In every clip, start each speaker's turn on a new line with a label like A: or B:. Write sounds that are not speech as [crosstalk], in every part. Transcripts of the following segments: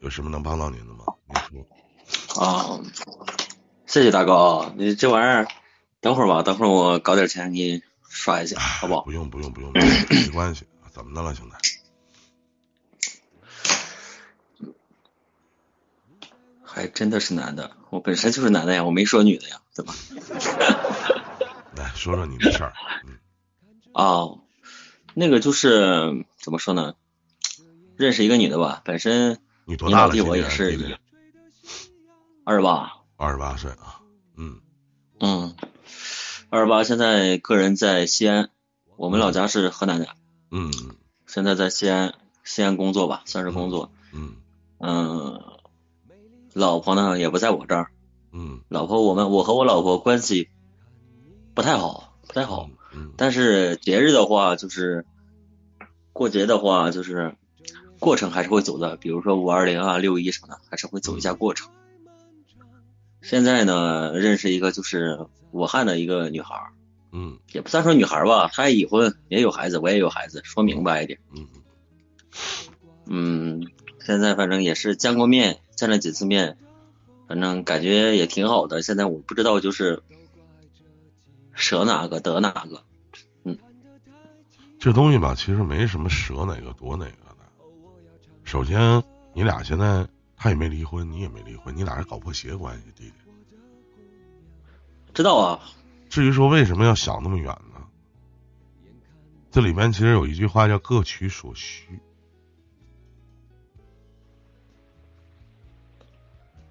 A: 有什么能帮到您的吗？
B: 哦
A: 您说
B: 啊，谢谢大哥啊，你这玩意儿等会儿吧，等会儿我搞点钱给你刷一下，好不好？
A: 不用不用不用，不用没关系。怎么的了，兄弟？
B: 还真的是男的，我本身就是男的呀，我没说女的呀，对吧？
A: 来说说你的事儿。嗯，
B: 哦，那个就是怎么说呢？认识一个女的吧，本身
A: 你多大了？
B: 你
A: 今
B: 老弟我
A: 年
B: 也是
A: 你得
B: 二十八，
A: 二十八岁啊。嗯，
B: 嗯，二十八现在个人在西安，我们老家是河南的，
A: 嗯
B: 现在在西安西安工作吧，算是工作。
A: 嗯
B: 嗯，老婆呢也不在我这儿，
A: 嗯
B: 老婆我们我和我老婆关系不太好，不太好。
A: 嗯
B: 但是节日的话，就是过节的话，就是过程还是会走的，比如说五二零啊、六一什么的，还是会走一下过程。现在呢，认识一个就是武汉的一个女孩儿，
A: 嗯
B: 也不算说女孩儿吧，她也已婚，也有孩子，我也有孩子，说明白一点。
A: 嗯
B: 嗯，现在反正也是见过面，见了几次面，反正感觉也挺好的。现在我不知道就是舍哪个得哪个，
A: 这东西吧，其实没什么舍哪个夺哪个的。首先，你俩现在他也没离婚，你也没离婚，你俩是搞破鞋关系，弟弟。
B: 知道啊，
A: 至于说为什么要想那么远呢？这里面其实有一句话叫各取所需。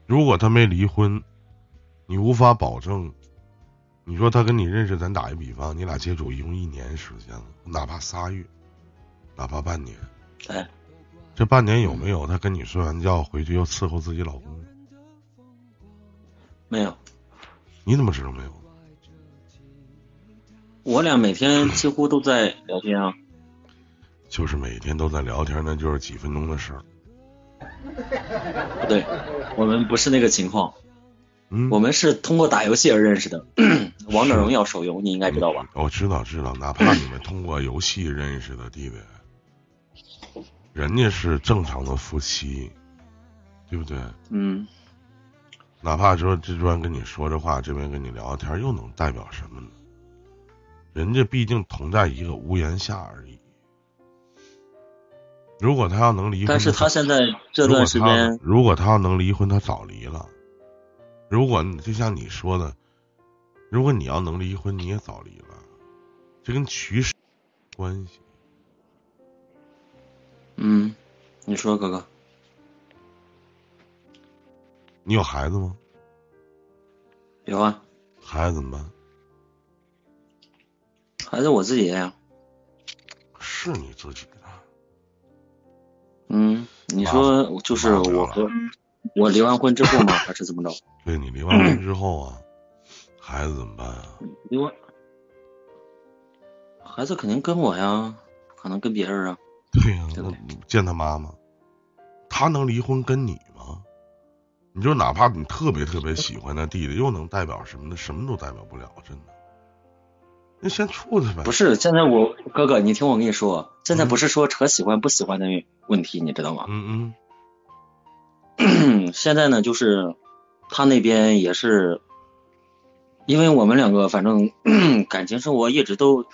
A: 如果他没离婚，你无法保证。你说他跟你认识，咱打一比方，你俩接触一共一年时间了，哪怕仨月，哪怕半年，
B: 哎，
A: 这半年有没有他跟你睡完觉回去又伺候自己老公？
B: 没有，
A: 你怎么知道没有？
B: 我俩每天几乎都在聊天啊。
A: 就是每天都在聊天，那就是几分钟的事儿。
B: 不对，我们不是那个情况，
A: 嗯，
B: 我们是通过打游戏而认识的， [clears throat] 王者荣耀手游你应该知道吧？
A: 嗯？我知道，知道。哪
B: [laughs]
A: 怕你们通过游戏认识的弟弟，人家是正常的夫妻，对不对？
B: 嗯，
A: 哪怕说这边跟你说这话，这边跟你聊聊天，又能代表什么呢？人家毕竟同在一个屋檐下而已。如果他要能离婚，
B: 但是他现在这段时间，
A: 嗯如果他，如果他要能离婚，他早离了。如果你就像你说的，如果你要能离婚，你也早离了，这跟取舍有关系。
B: 嗯，你说哥哥，
A: 你有孩子吗？
B: 有啊，
A: 孩子怎么办？
B: 还是我自己的呀？
A: 是你自己的，
B: 嗯，你说就是我和我离完婚之后吗？还是怎么着？
A: 对你离完婚之后啊，孩子怎么办啊？
B: 离完孩子肯定跟我呀，不可能跟别人啊。
A: 对呀、
B: 对
A: 那
B: 不
A: 见他妈妈，他能离婚跟你吗？你就哪怕你特别特别喜欢那弟弟，又能代表什么呢？什么都代表不了，真的。那先处他呗。
B: 不是，现在我哥哥，你听我跟你说，现在
A: 嗯
B: 不是说扯喜欢不喜欢的问题，你知道吗？嗯
A: 嗯
B: 现在呢，就是他那边也是，因为我们两个反正 [clears throat] 感情生活一直都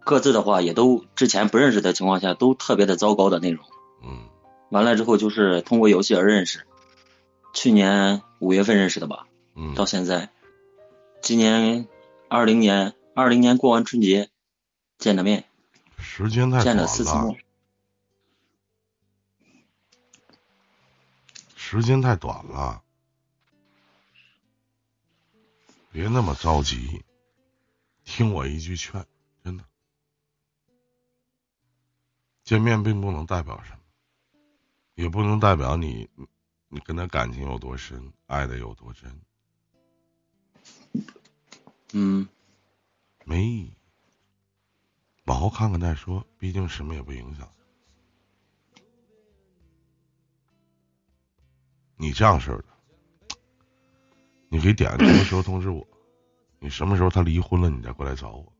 B: 各自的话，也都之前不认识的情况下，都特别的糟糕的那种。
A: 嗯嗯
B: 完了之后就是通过游戏而认识，去年五月份认识的吧，
A: 嗯，
B: 到现在，今年二零年二零年过完春节见的面，
A: 时间太短
B: 见
A: 了
B: 了，四次面，
A: 时间太短了，别那么着急，听我一句劝，真的，见面并不能代表什么，也不能代表你你跟他感情有多深，爱的有多真，
B: 嗯，
A: 没意义。往后看看再说，毕竟什么也不影响。你这样式儿的，你可以点什么时候通知我，你什么时候他离婚了，你再过来找我。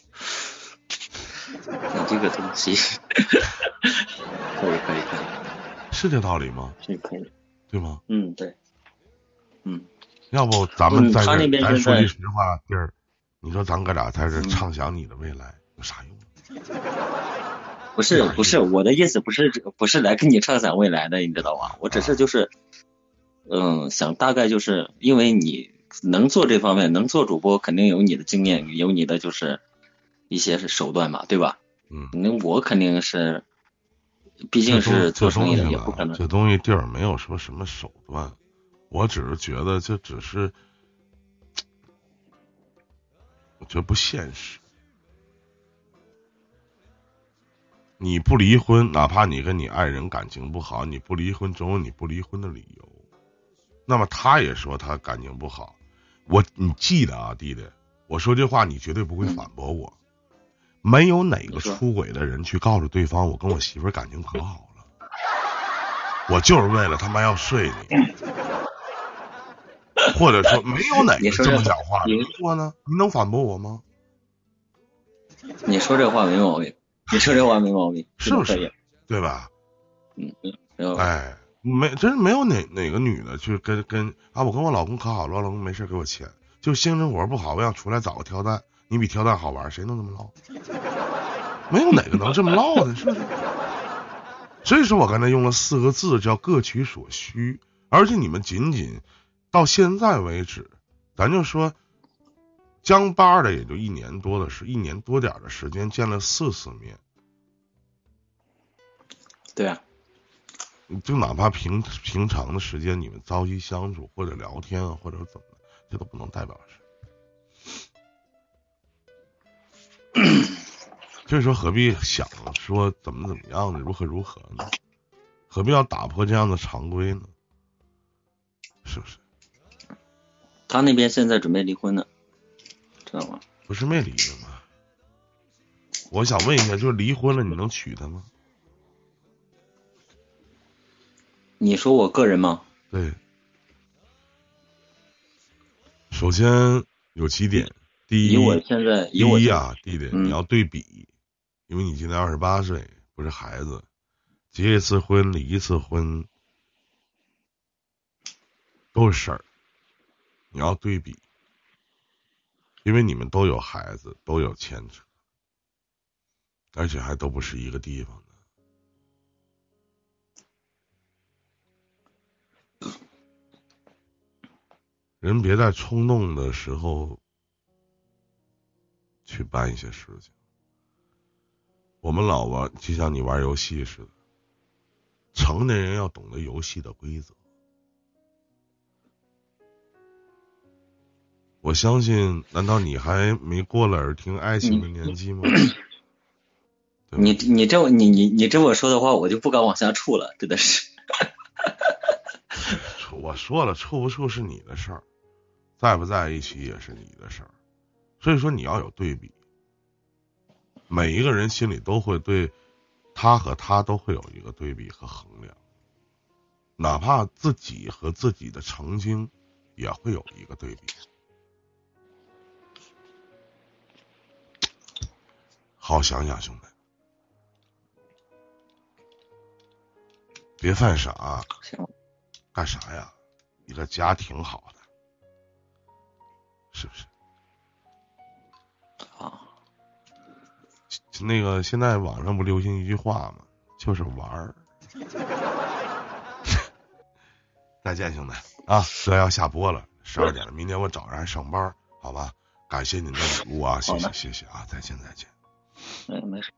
B: [laughs] 你这个东西，可以可以可以，
A: 是这道理吗？
B: 这可以，
A: 对吗？
B: 嗯，对，嗯，
A: 要不咱们
B: 嗯
A: 在这
B: 他那边
A: 咱
B: 现
A: 说
B: 在
A: 句实话，弟儿，你说咱哥俩在这
B: 嗯
A: 畅想你的未来有啥用？啊
B: 不是不是，我的意思不是不是来跟你畅想未来的，你知道吧？我只
A: 啊
B: 是就是，嗯，想大概就是因为你能做这方面，能做主播，肯定有你的经验，有你的就是一些是手段嘛，对吧？
A: 嗯，
B: 那我肯定是，毕
A: 这
B: 竟
A: 东
B: 是做
A: 这
B: 生
A: 东
B: 意
A: 西
B: 的，
A: 呢
B: 也不可能。
A: 这东西地儿没有说什么手段，我只是觉得这只是，我觉得不现实。你不离婚，哪怕你跟你爱人感情不好，你不离婚总有你不离婚的理由。那么他也说他感情不好，我你记得啊，弟弟，我说这话你绝对不会
B: 嗯
A: 反驳我。没有哪
B: 你
A: 个
B: 说
A: 出轨的人去告诉对方我跟我媳妇儿感情可好了，我就是为了他妈要睡你，或者说没有哪
B: 你
A: 个
B: 说
A: 这么
B: 这
A: 讲话的
B: 你
A: 你说呢？你能反驳我吗？
B: 你说这话没毛病，你说这话没毛病，
A: 是不
B: 可以
A: 是？？对吧？
B: 然后
A: 哎，没，真是没有哪哪个女的去跟跟啊，我跟我老公可好了，我老公没事给我钱，就性生活不好，我想出来找个挑担，你比挑担好玩，谁能这么唠？没有哪个能这么唠的，是不是？所以说我刚才用了四个字，叫各取所需。而且你们仅仅到现在为止，咱就说江巴儿的也就一年多的时，一年多点儿的时间，见了四次面。
B: 对啊，
A: 就哪怕平平常的时间，你们朝夕相处或者聊天啊，或者怎么的，这都不能代表什 [coughs] 么。所以说，何必想说怎么怎么样呢？如何如何呢？何必要打破这样的常规呢？是不是？
B: 他那边现在准备离婚呢，知道吗？
A: 不是没离的吗？我想问一下，就是离婚了，你能娶她吗？
B: 你说我个人吗？
A: 对，首先有几点，第一，
B: 以我现在，以
A: 第
B: 我
A: 一
B: 现
A: 啊，弟弟，
B: 嗯
A: 你要对比，因为你今年二十八岁，不是孩子，结一次婚离一次婚都是事儿，你要对比，因为你们都有孩子，都有牵扯，而且还都不是一个地方的。人别在冲动的时候去办一些事情。我们老玩，就像你玩游戏似的，成年人要懂得游戏的规则。我相信，难道你还没过了耳听爱情的年纪吗？对吧
B: 你你这么你你你这么说的话，我就不敢往下处了，真的是。
A: 处我说了，处不处是你的事儿，在不在一起也是你的事儿，所以说你要有对比。每一个人心里都会对他和他都会有一个对比和衡量，哪怕自己和自己的曾经也会有一个对比。好想想，兄弟，别犯傻、啊
B: 行，
A: 干啥呀？一个家挺好的，是不是？
B: 啊，
A: 那个现在网上不流行一句话吗？就是玩儿。 [laughs] 再见，兄弟啊！这要下播了，十二点了，明天我早上还上班，好吧？感谢您的礼物啊，谢
B: 好
A: 谢
B: 的
A: 谢谢啊！再见再见。
B: 嗯，没事。